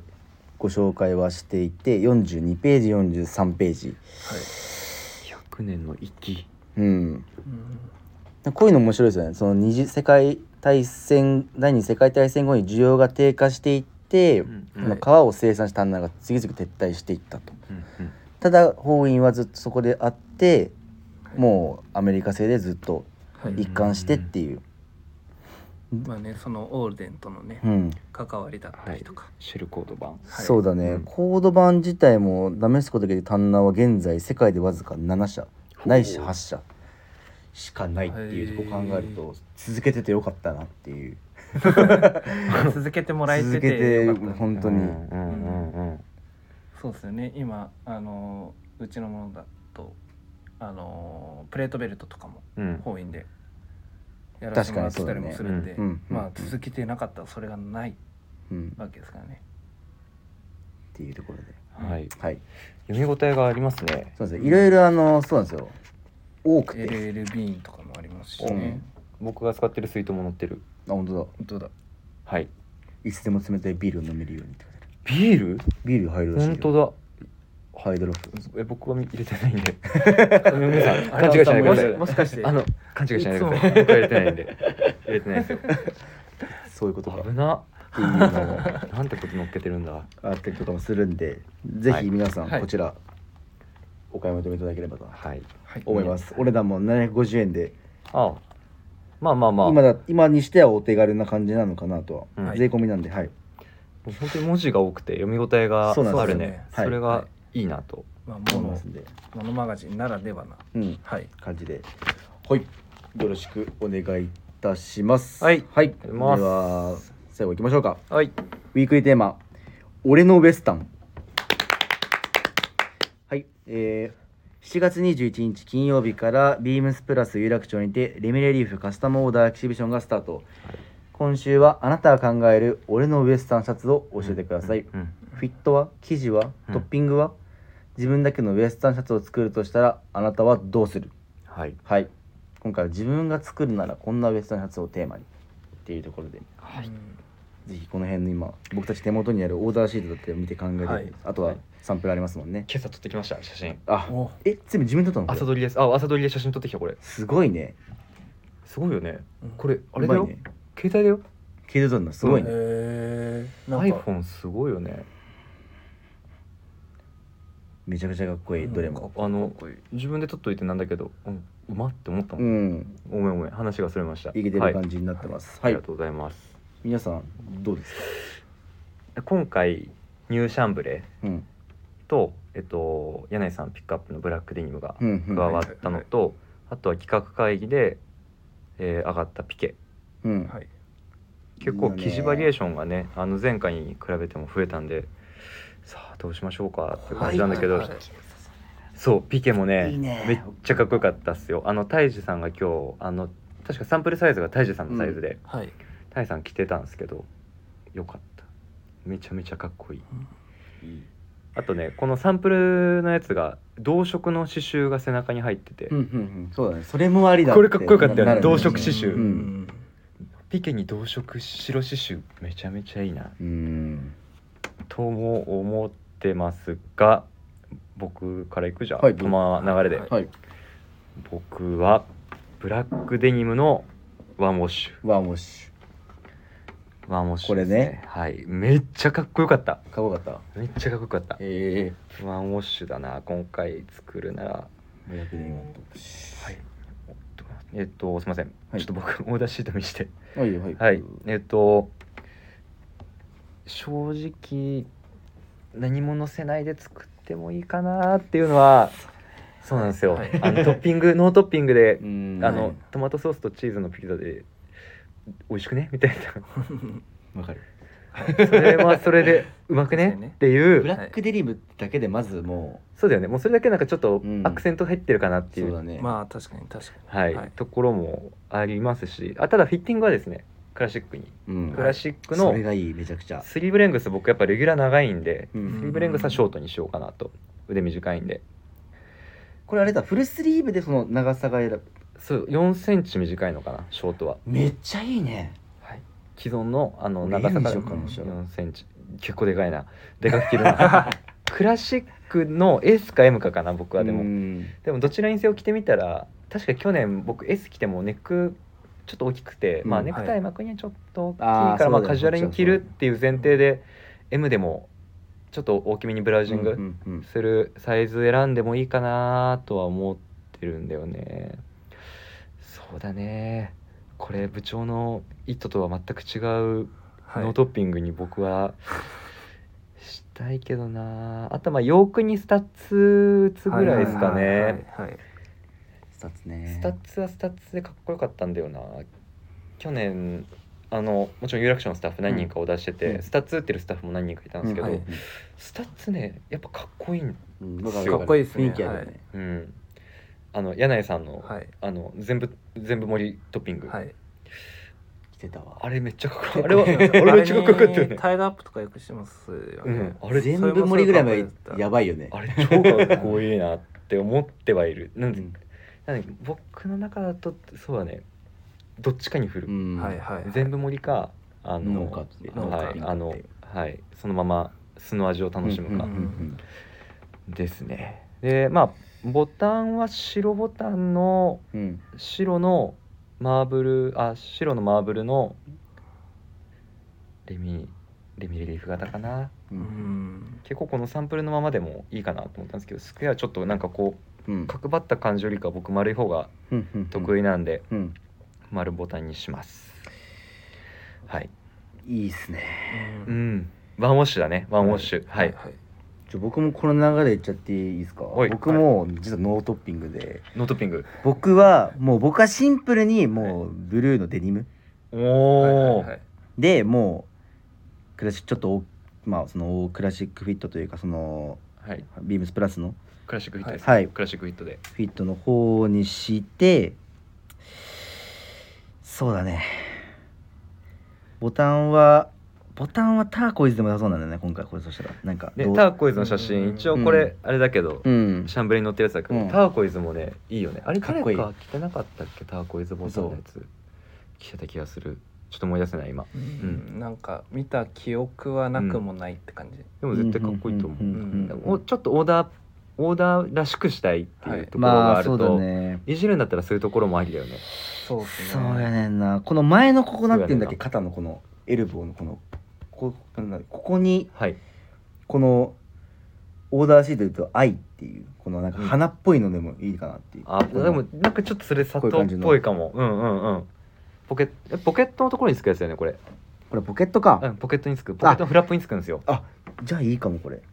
S1: ご紹介はしていて42ページ43ページ
S2: 100年の息
S1: うん
S3: うん
S1: こういうの面白いですよね。その二次世界大戦第二次世界大戦後に需要が低下していって、
S2: ん
S1: この革を生産した棚が次々撤退していったと。
S2: うんうん
S1: ただ法院はずっとそこであって、
S3: はい
S1: もうアメリカ製でずっと
S3: はい
S1: 一貫してっていう。
S3: まあねそのオールデンとのね
S1: うん、
S3: 関わりだったりとか、
S2: シェルコード版
S3: はい
S1: そうだね、
S2: うん
S1: コード版自体もダメスコだけで単ナは現在世界でわずか7社ないし8社しかないっていうとこ考えると続けててよかったなっていう。
S3: 続けてもらえて
S1: 続け
S3: て
S1: て
S3: よかった
S1: 本当に
S2: うんうんうんうん
S3: そうですよね今あのうちのものだとあのプレートベルトとかも
S2: うん
S3: 法院でやらせてもらってたりもするんで、
S1: うんうん
S3: まあ続けてなかったらそれがない
S1: うん、
S3: わけですからね、
S1: っていうところで、
S2: はい
S1: はい、
S2: 読み応えがありますね
S1: そうですね。いろいろあのそうなんですよ。多くて、
S3: LL ビーンとかもありますしね、
S1: うん
S2: 僕が使ってるスイートも載ってる
S1: あ本当だ。
S3: 本当だ
S2: はい
S1: いつでも冷たいビールを飲めるようにって書いてある
S2: ビール
S1: ビール入るらしいよ。
S2: 本当
S1: だ。ハイドロフ。
S2: だえ僕は入れてないん で皆さん勘違いしないでください
S3: もしかして
S2: あの勘違いしない でください僕は入れてないんで入れてないですよ
S1: そういうこと か。ってい
S2: 危
S1: う
S2: な
S1: のも
S2: なんてこと乗っけてるんだ
S1: あったりとかもするんで、ぜひ皆さん、
S3: はい
S1: こちら、お買い求めいただければと
S2: はい
S3: はい
S1: 思います。お値段も750円で、
S2: あまあまあまあ
S1: 今だ今にしてはお手軽な感じなのかなとは、
S2: うん
S1: 税込みなんで、はい。
S2: 本当に文字が多くて読み応えが
S1: そうなんです
S2: あ
S1: よ
S2: るね
S1: はい
S2: それがいいなと
S3: まあ、
S1: 思
S3: モ
S1: いま
S3: ノ
S1: すんで、
S3: モノマガジンならではな
S1: うん、
S3: はい
S1: 感じで、はい、よろしくお願いいたします。
S2: はい
S1: はい、
S2: あ
S1: で
S2: りがとうござい
S1: は最後いきましょうか
S2: はい
S1: ウィークリーテーマ「俺のウエスタン」はいえー、7月21日金曜日からビームスプラス有楽町にてレミレリーフカスタムオーダーエキシビションがスタート今週はあなたが考える俺のウエスタンシャツを教えてください、
S2: うん
S1: フィットは生地は
S2: うん
S1: トッピングは、自分だけのウエスタンシャツを作るとしたらあなたはどうする
S2: はい
S1: はい今回は自分が作るならこんなウエスタンシャツをテーマにっていうところで
S2: はい
S1: ぜひこの辺の今僕たち手元にあるオーダーシートだって見て考えて、
S3: はい
S1: あとはサンプルありますもんね、
S2: 今朝撮ってきました写真
S1: あ
S3: お
S1: え全部自分で撮ったの
S2: 朝
S1: これ
S2: 撮りですあ朝撮りで写真撮ってきたこれ
S1: すごいね
S2: すごいよね
S3: うん
S2: これあ
S1: う
S2: れ
S1: ま
S2: だ
S1: い
S2: よ、
S1: ね
S2: 携帯だよ
S1: 聞いて撮るのすごいね、
S3: へえなんか
S2: iPhone すごいよね
S1: めちゃくちゃかっこいい、
S3: うん
S1: どれも
S2: あの
S3: かっこいい
S2: 自分で撮っといてなんだけど、うん、うまって思ったも、
S1: うんん
S2: ごめんごめん話がそれました
S1: いけて
S2: はい
S1: る感じになってます
S2: あ
S1: はい、
S2: りがとうございます
S1: 皆さんどうですか
S2: 今回ニューシャンブレ
S1: うん
S2: と、えっと、柳井さんピックアップのブラックデニムが
S1: うんう
S2: 加
S1: ん
S2: わったのと、あとは企画会議で、えー上がったピケ
S1: うん
S3: はい
S2: 結
S1: い
S2: 構
S1: いよね
S2: 生地バリエーションがねあの前回に比べても増えたんでさあどうしましょうかっていう感じなんだけど、
S3: はい
S2: そうピケもね
S1: いいね
S2: めっちゃかっこよかったっすよあのタイジさんが今日あの確かサンプルサイズがタイジさんのサイズで、
S3: はい
S2: タイさん着てたんですけどよかっためちゃめちゃかっこいいあとねこのサンプルのやつが同色の刺繍が背中に入ってて、
S1: うんうんうんそうだねそれもありだ
S2: これかっこよかったよね
S1: なる
S2: 同色刺繍
S1: うん
S3: うん
S2: ピケに同色白刺繍めちゃめちゃいいな
S1: うん
S2: とも思ってますが僕からいくじゃん、
S1: はい
S2: このまま流れで、
S3: はい
S1: はい
S2: 僕はブラックデニムのワンウォッシュ
S1: ワンウォッシ
S2: ワンウォッシュ
S1: これね
S2: ですはいめっちゃかっこよかった
S1: ュかっこよかった
S2: めっちゃかっこよかった
S1: え
S2: ワンウォッシュだな今回作るなら
S1: えブラックデニム
S2: はいえっとすいません、
S1: はい
S2: ちょっと僕オーダーシート見して
S1: はいよはい
S2: はいえっと正直何も載せないで作ってもいいかなっていうのはそうなんですよ、
S3: はい
S2: あのトッピングノートッピングで
S1: うん
S2: あのトマトソースとチーズのピザで美味しくねみたい
S1: わかる
S2: なそれはそれでうまく
S3: そうですよ
S2: ね
S3: ね
S2: ってい
S1: ブ
S2: う
S1: ラックデニムだけでまずも
S2: そうだよねもうそれだけなんかちょっと
S1: うん
S2: アクセント入ってるかなっ
S1: う
S2: てい,、
S1: そううだね
S3: まあ確かに確かに
S2: はい
S3: はい
S2: ところもありますしあただフィッティングはですねクラシックに
S1: うん
S2: クラシック
S1: そ
S2: の
S1: れがいいめちゃくちゃ
S2: スリーブレングス僕やっぱレギュラー長いんで
S1: う
S2: ス
S1: ん
S2: リーブレングスはショートにしようかなと腕短いんで
S1: これあれだフルスリーブでその長さが選ぶ
S2: そう4センチ短いのかなショートは、
S1: めっちゃいいね
S2: はい、既存のあの
S1: 俺
S2: 長さか
S1: いい
S2: ら
S1: のにしようかな
S2: 4センチ結構でかいなでかく切る なクラシックの S か M かかな僕はでも、
S1: うん
S2: でもどちらにせよ着てみたら確か去年僕 S 着てもネックちょっと大きくて、
S1: うん
S2: まあ
S1: はい
S2: ネクタイ巻くにはちょっと大きいか
S1: あーそうだ
S2: らまあ
S1: ね
S2: カジュアルに着るっていう前提で M でもちょっと大きめにブラウジング、
S1: うんうんうん
S2: するサイズ選んでもいいかなとは思ってるんだよねそうだねこれ部長の「イット!」とは全く違う
S3: はい
S2: ノートッピングに僕はしたいけどなあとまあ洋服にスタッツ打つぐらいですかね
S3: はいはいはい
S1: スタッツね
S2: スタッツはスタッツでかっこよかったんだよな去年あのもちろん有楽町のスタッフ何人かを出してて、
S1: うん
S2: スタッツ打ってるスタッフも何人かいたんですけど、
S1: うんはい
S2: スタッツねやっぱかっこいいん
S1: うんだ
S2: かっこ
S3: いいですね
S1: 雰囲気あるよね
S2: うん、あの柳井さんの,、
S3: はい
S2: あの全部全部盛りトッピング、
S3: はい
S1: 来てたわ
S2: あれめっちゃかっこいい
S3: 結構
S2: あれはあれめっちゃかっこよかったよ
S3: あれ
S2: ね
S3: にタイドアップとかよくしますよね
S2: うんあれ
S1: 全部盛りぐらいはやばいよね
S2: あれ超かっこいいなって思ってはいるなん
S1: う
S2: で
S1: ん
S2: なんで僕の中だとそうだねどっちかに振る、
S1: うん
S3: はいはいはい
S2: 全部盛りかあの
S1: ノーカットノーカ
S2: は
S1: ッ
S2: い
S1: ト
S2: あのはいそのまま素の味を楽しむか
S1: うんうんうん
S2: ですね、でまあボタンは白ボタンの
S1: うんうん
S2: 白のマーブルあ白のマーブルのレミレミレリーフ型かな
S1: う
S3: うんん
S2: 結構このサンプルのままでもいいかなと思ったんですけどスクエアちょっとなんかこ
S1: うん
S2: う角張った感じよりか僕丸い方が
S1: うんうん
S2: 得意なんで
S1: うん
S2: 丸ボタンにしますはい
S1: いいっすね
S2: う
S3: うん
S2: んワンウォッシュだねワンウォッシュはい
S1: じゃあ僕もこの流れいっちゃっていいですか
S2: はい
S1: 僕も実はノートッピングで
S2: ノートッピング
S1: 僕はもう僕はシンプルにもうブルーのデニム
S2: おお
S3: はい
S1: でもうクラシックちょっとおまあそのクラシックフィットというかその
S2: はい
S1: ビームスプラスの
S2: クラシックヒットです、
S1: はい
S2: クラシックヒットで
S1: フィットの方にしてそうだねボタンはボタンはターコイズでも良さそうなんだよね今回これそしたらなんか
S2: で
S1: どう
S2: ターコイズの写真一応これあれだけど、
S1: うん
S2: シャンブレに載ってるやつだけど、
S1: うん
S2: ターコイズもねいいよねあれ
S1: かっ
S2: 誰
S1: こいい
S2: か着てなかったっけターコイズボタンのやつ着てた気がするちょっと思い出せない今
S3: うんなんか見た記憶はなくもないって感じ、
S2: でも絶対かっこいいと思う,、
S1: んんん
S3: うん
S2: おちょっとオーダーオーダーらしくしたいっていうところ
S1: ま
S2: があ
S1: あ
S2: る
S1: そ
S2: と、
S1: うだね
S2: いじるんだったらそういうところもありだよね
S3: そうです
S1: そう
S3: ね
S1: やねんなこの前のここなってんだっけ
S2: そうやねんな
S1: 肩のこのエルボーのこのここなんだここに
S2: はい
S1: このオーダーシートで言うと「愛」っていうこのなんか
S2: うん
S1: 花っぽいのでもいいかなっていう、
S2: あでもなんかちょっとそれ砂糖っぽいかもうんうんうんポケットポケットのところにつくやつだよねこれ、
S1: これポケットか、
S2: うん、ポケットにつくポケットのフラップにつくんですよ
S1: じゃあいいかもこれ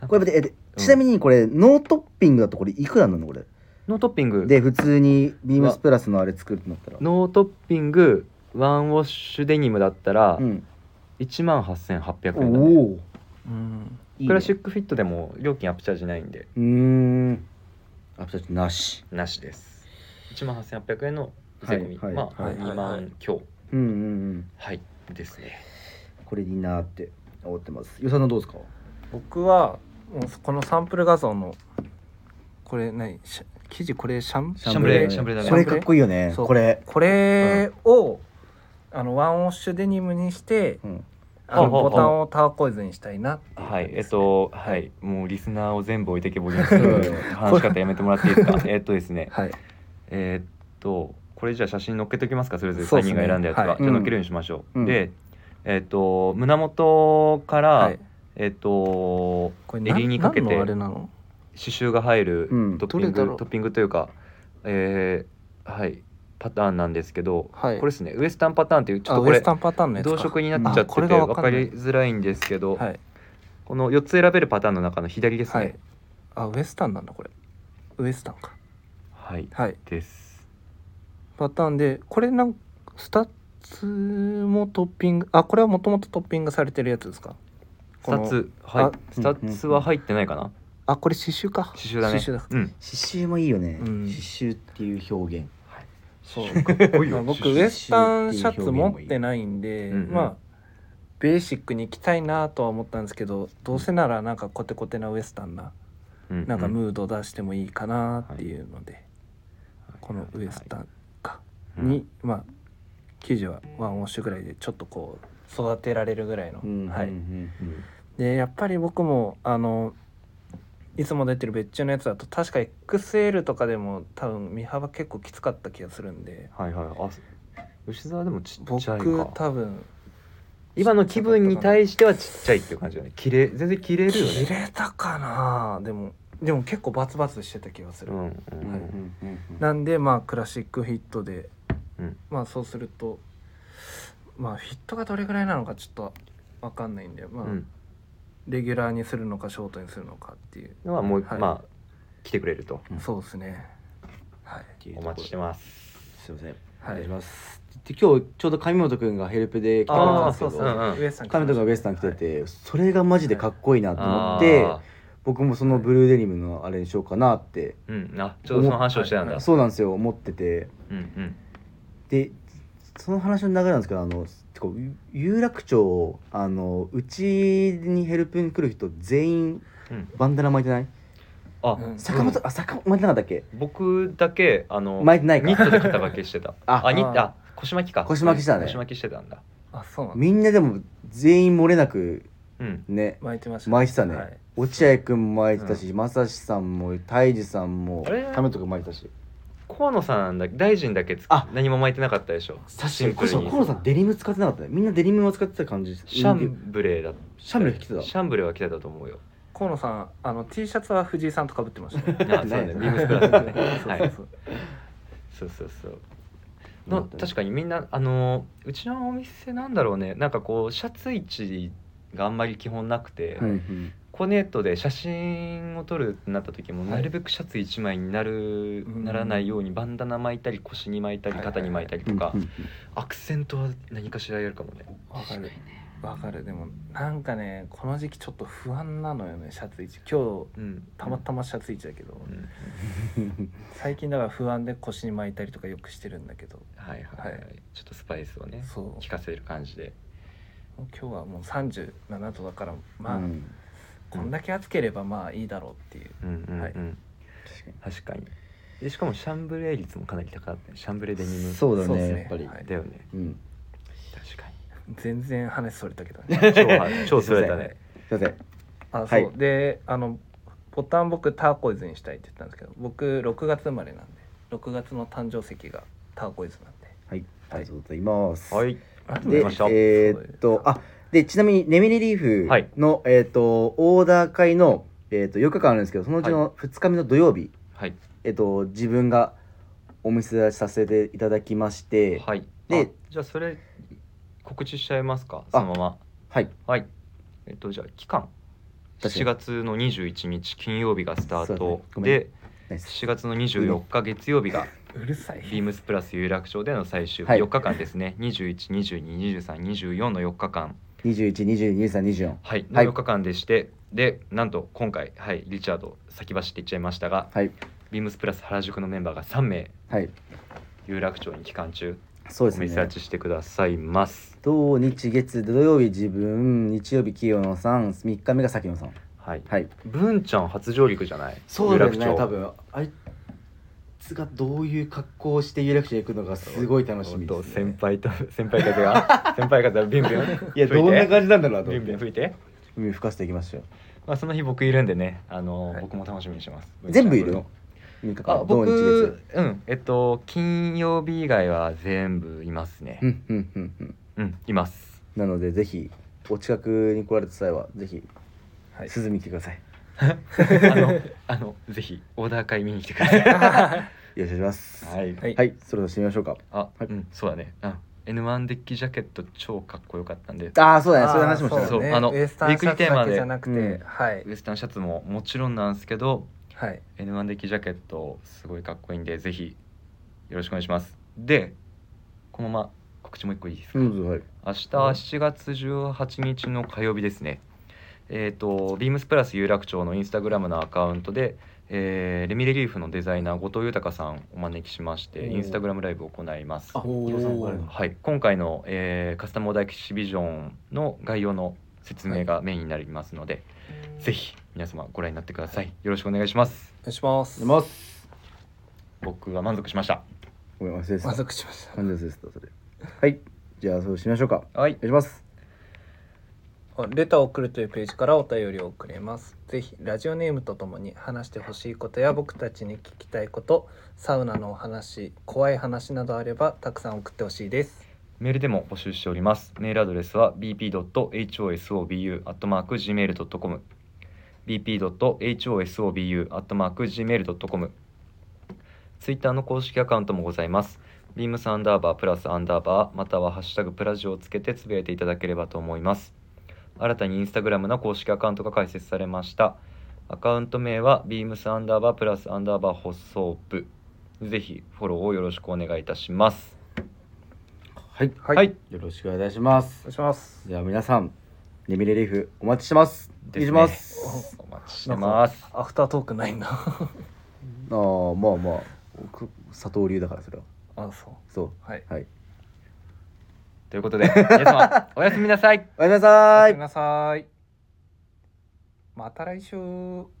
S2: なんか
S1: これ待ってえでちなみにこれノートッピングだとこれいくらなのこれ
S2: ノートッピング
S1: で普通にビームスプラスのあれ作るとなったら
S2: ノートッピングワンウォッシュデニムだったら
S1: うん
S2: 1万8800
S1: お
S2: 円だ、ね
S1: お
S3: うん
S1: ー
S2: クラシ
S1: いいね
S2: ックフィットでも料金アップチャージないんで
S1: うーんアプチャージなし
S2: なしです1万8800円の税込み、
S1: はい
S2: まあ、
S1: はい
S2: 2
S3: はい
S2: 万強
S1: うんうんうん
S2: はいですね
S1: これでいいなって思ってます予算のどうですか
S3: 僕はもうこのサンプル画像のこれ何し記事これシャン
S2: シャンブレ
S1: シャン
S2: シャ
S1: ブ
S2: ンブ
S1: レ
S2: レ
S1: だ
S2: だ
S1: ね
S2: ね
S1: これかっこいいよね
S3: そう
S1: これ
S3: これを、あのワンウォッシュデニムにして
S1: うん
S3: あの
S2: ほうほうほ
S3: ボ
S2: う
S3: タンをターコイズにしたいなっていう
S2: は
S3: 感じ
S2: いえ
S3: で
S2: っ
S3: すね
S2: とはいもうリスナーを全部置いてけぼりにする
S1: うん
S2: 話し方やめてもらっていいですか えっとですね
S3: はい
S2: えーっとこれじゃあ写真載っけときますかそれぞれ
S3: そう
S2: 3
S3: ですね
S2: 人が選んだやつは、
S3: はい
S2: じゃあ載っけるようにしましょう、
S1: うん
S2: でえーっと胸元から、
S3: はい
S2: えーっと
S3: これな
S2: 襟にかけて
S3: 何のあれ
S2: 刺
S3: なの
S2: 繍が入る
S1: うん
S2: トッピン
S3: どれだ
S2: グ、
S3: ろう
S2: トッピングというかえーはいパターンなんですけど、
S3: はい
S2: これですねウエスタンパターンっていうちょっ
S3: あ
S2: と
S3: ウ
S2: こ
S3: エス
S2: れ
S3: タンパターンのやつか
S2: 同色になっちゃ
S1: あ
S2: って
S3: こ
S2: て
S3: れが
S2: 分
S3: わか
S2: か
S3: んない
S2: りづらいんですけど、
S3: はい
S2: この4つ選べるパターンの中の左です
S3: はい
S2: ね
S3: あウエスタンなんだこれウエスタンか
S2: はい、
S3: はい
S2: です
S3: パターンでこれなん2つもトッピングあこれはもともとトッピングされてるやつですかこの
S2: 2つは
S3: あ
S2: い2つは入ってないかな
S3: あこれ刺繍か
S2: 刺繍だね
S3: 刺繍だ
S2: うん
S1: 刺繍もいいよね
S3: うん
S1: 刺繍っていう表現
S3: そう
S2: ごいよ
S3: まあ僕
S2: 刺繍
S3: ウエスタンシャツ持ってないんで
S2: うんうん
S3: まあベーシックに着たいなとは思ったんですけどどうせならなんかコテコテなウエスタンな
S2: うん
S3: なんか
S2: う
S3: ムード出してもいいかなっていうので、このウエスタンか
S2: うん
S3: に、まあ生地はワンウォッシュぐらいでちょっとこう育てられるぐらいの、
S1: うん
S3: は
S1: うん
S3: い
S1: うんうん
S3: でやっぱり僕もあのいつも出てる別注のやつだと確か XL とかでも多分身幅結構きつかった気がするんで
S2: はいはいあそ吉沢でもちっ
S3: 僕
S2: ちゃいか
S3: 多分
S2: 今の気分に対してはちっちゃいっていう感じだね切れ全然切れるよ
S3: 切
S2: ね
S3: れたかなでもでも結構バツバツしてた気がす
S2: う
S3: る、
S2: んうん
S1: うんうんうん
S3: なんでまあクラシックヒットで、
S2: うん
S3: まあそうするとまあフィットがどれぐらいなのかちょっとわかんないんで、まあ
S2: うん
S3: レギュラーにするのかショートにするのかっていう、
S2: のはもう
S3: はい
S2: まあ来てくれると
S1: うん
S3: そうですねはい
S2: お待ちして
S1: ま
S2: ます
S1: すすいませんお
S3: は
S1: 願い
S3: い
S1: しますで今日ちょうど上本くんがヘルプで来てくれたんですけ
S2: あーそうそう
S1: ど
S2: うんうん
S3: ウエスタン
S1: 上本がウエスタン着ててそれがマジでかっこいいなと思って
S2: あ
S1: 僕もそのブルーデニムのあれにしようかなって
S2: ーうんあちょうどその話をしてたんだ
S3: はい
S1: そうなんですよ思ってて
S2: うんうん
S1: でその話の流れなんですけどあのてか有楽町あのうちにヘルプに来る人全員
S2: うん
S1: バンダナ巻いてない
S2: あ
S3: うん
S1: 坂本、あ坂本巻いてなかったっけ
S2: 僕だけあの
S1: 巻いてないか
S2: ニットで肩掛けしてた
S1: あ
S2: あニット
S3: あ
S2: あ腰巻きか
S1: 腰巻きしたね
S2: 腰巻きしてたんだ
S3: あそうなんだ
S1: みんなでも全員漏れなく
S2: うん
S1: ね
S3: 巻いてました
S1: 巻いてたね、
S3: はい
S1: 落合くんも巻いてたし正志さんも泰治さんも
S2: あれ
S1: ためとくん巻いてたし
S2: 河野さんだ大臣だけつ
S1: あ
S2: 何も巻いてなかったでしょシンプ
S1: こ
S2: ル
S1: そ
S2: に
S1: 河野さんデニム使ってなかったねみんなデニムを使ってた感じ
S2: シャンブレーだ
S1: シャンブレー着てた
S2: シャンブレーは着てた と思うよ
S3: 河野さんあの T シャツは藤井さんとかぶって ましたね
S2: あそうだねビームスプラスだね
S3: そう
S2: は
S3: そう
S2: い
S3: そう
S2: そうそうそう
S1: な
S2: の
S1: んかね
S2: 確かにみんなあのうちのお店なんだろうねなんかこうシャツ位置があんまり基本なくて、
S1: うんうん
S2: コーディネートで写真を撮るってなった時も、
S3: はい
S2: なるべくシャツ1枚になる、
S3: うん
S2: ならないようにバンダナ巻いたり腰に巻いたり
S3: はいはい
S2: 肩に巻いたりとか、
S1: うん
S2: アクセントは何かしらやるかもね
S3: わかるわかるでもなんかねこの時期ちょっと不安なのよねシャツ一今日
S2: うん
S3: たまたまシャツ一だけど、
S2: うん
S1: うん
S3: 最近だから不安で腰に巻いたりとかよくしてるんだけど
S2: はいはい、は、
S3: はい
S2: ちょっとスパイスをね
S3: そう
S2: 効かせる感じで
S3: もう今日はもう37度だからまあ、
S1: うん
S3: こんだけ暑ければまあいいだろうっていう
S2: うんうんうん、
S3: はい
S1: 確かに
S2: 確かにでしかもシャンブレー率もかなり高かったねシャンブ レデニム
S1: そうだ
S3: そうっ
S1: ね
S3: すね
S1: やっぱり、
S3: はい
S2: だよね
S1: うん
S2: 確か
S3: 全然話それたけどね
S2: に超は超それたね
S1: すいません
S3: あそう、
S1: はい
S3: であのボタン僕ターコイズにしたいって言ったんですけど僕6月生まれなんで6月の誕生石がターコイズなんで
S1: はいありがとうございます、
S2: はいありがとうござ
S1: で
S2: いました
S1: えーっとあでちなみにネミリリーフの、えーっとオーダー会のえーっと4日間あるんですけどそのうちの2日目の土曜日、
S2: はい
S1: えっと、自分がお見せさせていただきまして、はい、
S2: はい
S1: で
S2: あじゃあそれ告知しちゃいますかそ
S1: あ
S2: のままはいえっとじゃあ期間
S1: 確かに
S2: 7月の21日金曜日がスター
S1: そうだ
S2: ト
S1: ね、ごめん
S2: で
S1: ナイス
S2: 7月の24日月曜日が
S3: うるさい
S2: ビームスプラス有楽町での最終日
S1: はい
S2: 4日間ですね、21222324の4日間
S1: 21222324
S2: はいの
S1: はい
S2: 4日間でして、でなんと今回はいリチャード先走っていっちゃいましたが
S1: はい
S2: ビームスプラス原宿のメンバーが3名
S1: はい
S2: 有楽町に期間中
S1: そうです
S2: お見せ
S1: ね
S2: 立ちしてくださいます
S1: 土日月土曜日自分日曜日清野さん3日目が崎野さん
S2: はい
S1: はい
S2: 文ちゃん初上陸じゃない有楽町
S1: 分あいつがどういう格好をして有楽町に行くのがすごい楽
S2: 本当先輩と 先輩風が 先輩風がビュンビュン
S1: いや
S2: 吹て
S1: どんな感じなんだろうなと
S2: ビュ
S1: 思っ
S2: ンビュン
S1: て
S2: 吹いて、
S1: 海吹かせていきましたよ
S2: まあ、その日僕いるんでねあの、
S3: はい
S2: 僕も楽しみにしてます
S1: 全部いるの三日間
S2: あ
S1: 土日
S2: 僕
S1: 月
S2: うんえっと金曜日以外は全部いますね
S1: うんうんうんうん
S2: うん います
S1: なのでぜひお近くに来られた際はぜひ
S3: はい
S1: 涼みに来てください
S2: あのあのぜひオーダー会見に来てください
S1: よろしくお願いします
S2: はい、
S3: はい
S1: はい、それでは締めましょうか。
S2: あ、
S1: い
S2: うんそうだねうん N1 デッキジャケット超かっこよかったんで
S1: ああ、そうだね、
S3: あー
S1: それ話しましたね。
S2: そう
S1: そ
S3: だ
S2: あの
S3: ウエスタンシャツだけじゃなくて、
S1: ウィークリーテーマでうん
S3: はい
S2: ウエスタンシャツももちろんなんですけど
S3: はい
S2: N1 デッキジャケットすごいかっこいいんでぜひよろしくお願いしますでこのまま告知もう一個いいですか、
S1: うそうはい。
S2: 明日7月18日の火曜日ですねえっ、とビームスプラス有楽町のインスタグラムのアカウントで、えーレミレリーフのデザイナー後藤豊さんをお招きしまして
S1: おー
S2: インスタグラムライブを行います
S1: あおー
S3: 予算があるの
S2: はい、今回の、えーカスタムオーダーエキシビジョンの概要の説明がメインになりますので、ぜひ皆様ご覧になってください。よろしくお願いします。
S3: お願いします
S1: 出ます。
S2: 僕は満足しました。
S1: ごめん、忘れてた。
S3: 満
S1: 忘
S3: 足しました
S1: れてた、それ。はい、じゃあ、そうしましょうか。
S2: はい
S1: お、願いします。
S3: あレターを送るというページからお便りを送れます。ぜひラジオネームとともに話してほしいことや僕たちに聞きたいこと、サウナのお話、怖い話などあればたくさん送ってほしいです。
S2: メールでも募集しております。メールアドレスは bp.hosobu.gmail.com bp.hosobu.gmail.com ツイッターの公式アカウントもございます。ビームスアンダーバープラスアンダーバーまたはハッシュタグプラジオをつけてつぶやいていただければと思います。新たにインスタグラムの公式アカウントが開設されました。アカウント名はビームスアンダーバープラスアンダーバー放送部。ぜひフォローをよろしくお願いいたします。
S1: はい、
S3: はい
S2: はい
S1: よろしくお願いしま
S3: お
S1: す。
S3: 願いします。
S1: じゃあ、皆さん、レミレリーフ、お待ちしてます。お願いします。
S3: す
S2: お待ちしてます。
S3: アフタートークないんだ。あ、
S1: ああ、まあまあ、僕佐藤流だから、それは。
S3: そう。
S1: そう。
S3: はい。
S1: はい。
S2: ということで、皆様、おやすみなさい。
S1: おやすみな
S3: お
S1: さ
S3: や
S1: ー
S3: す
S1: い
S3: み。なさい。また来週。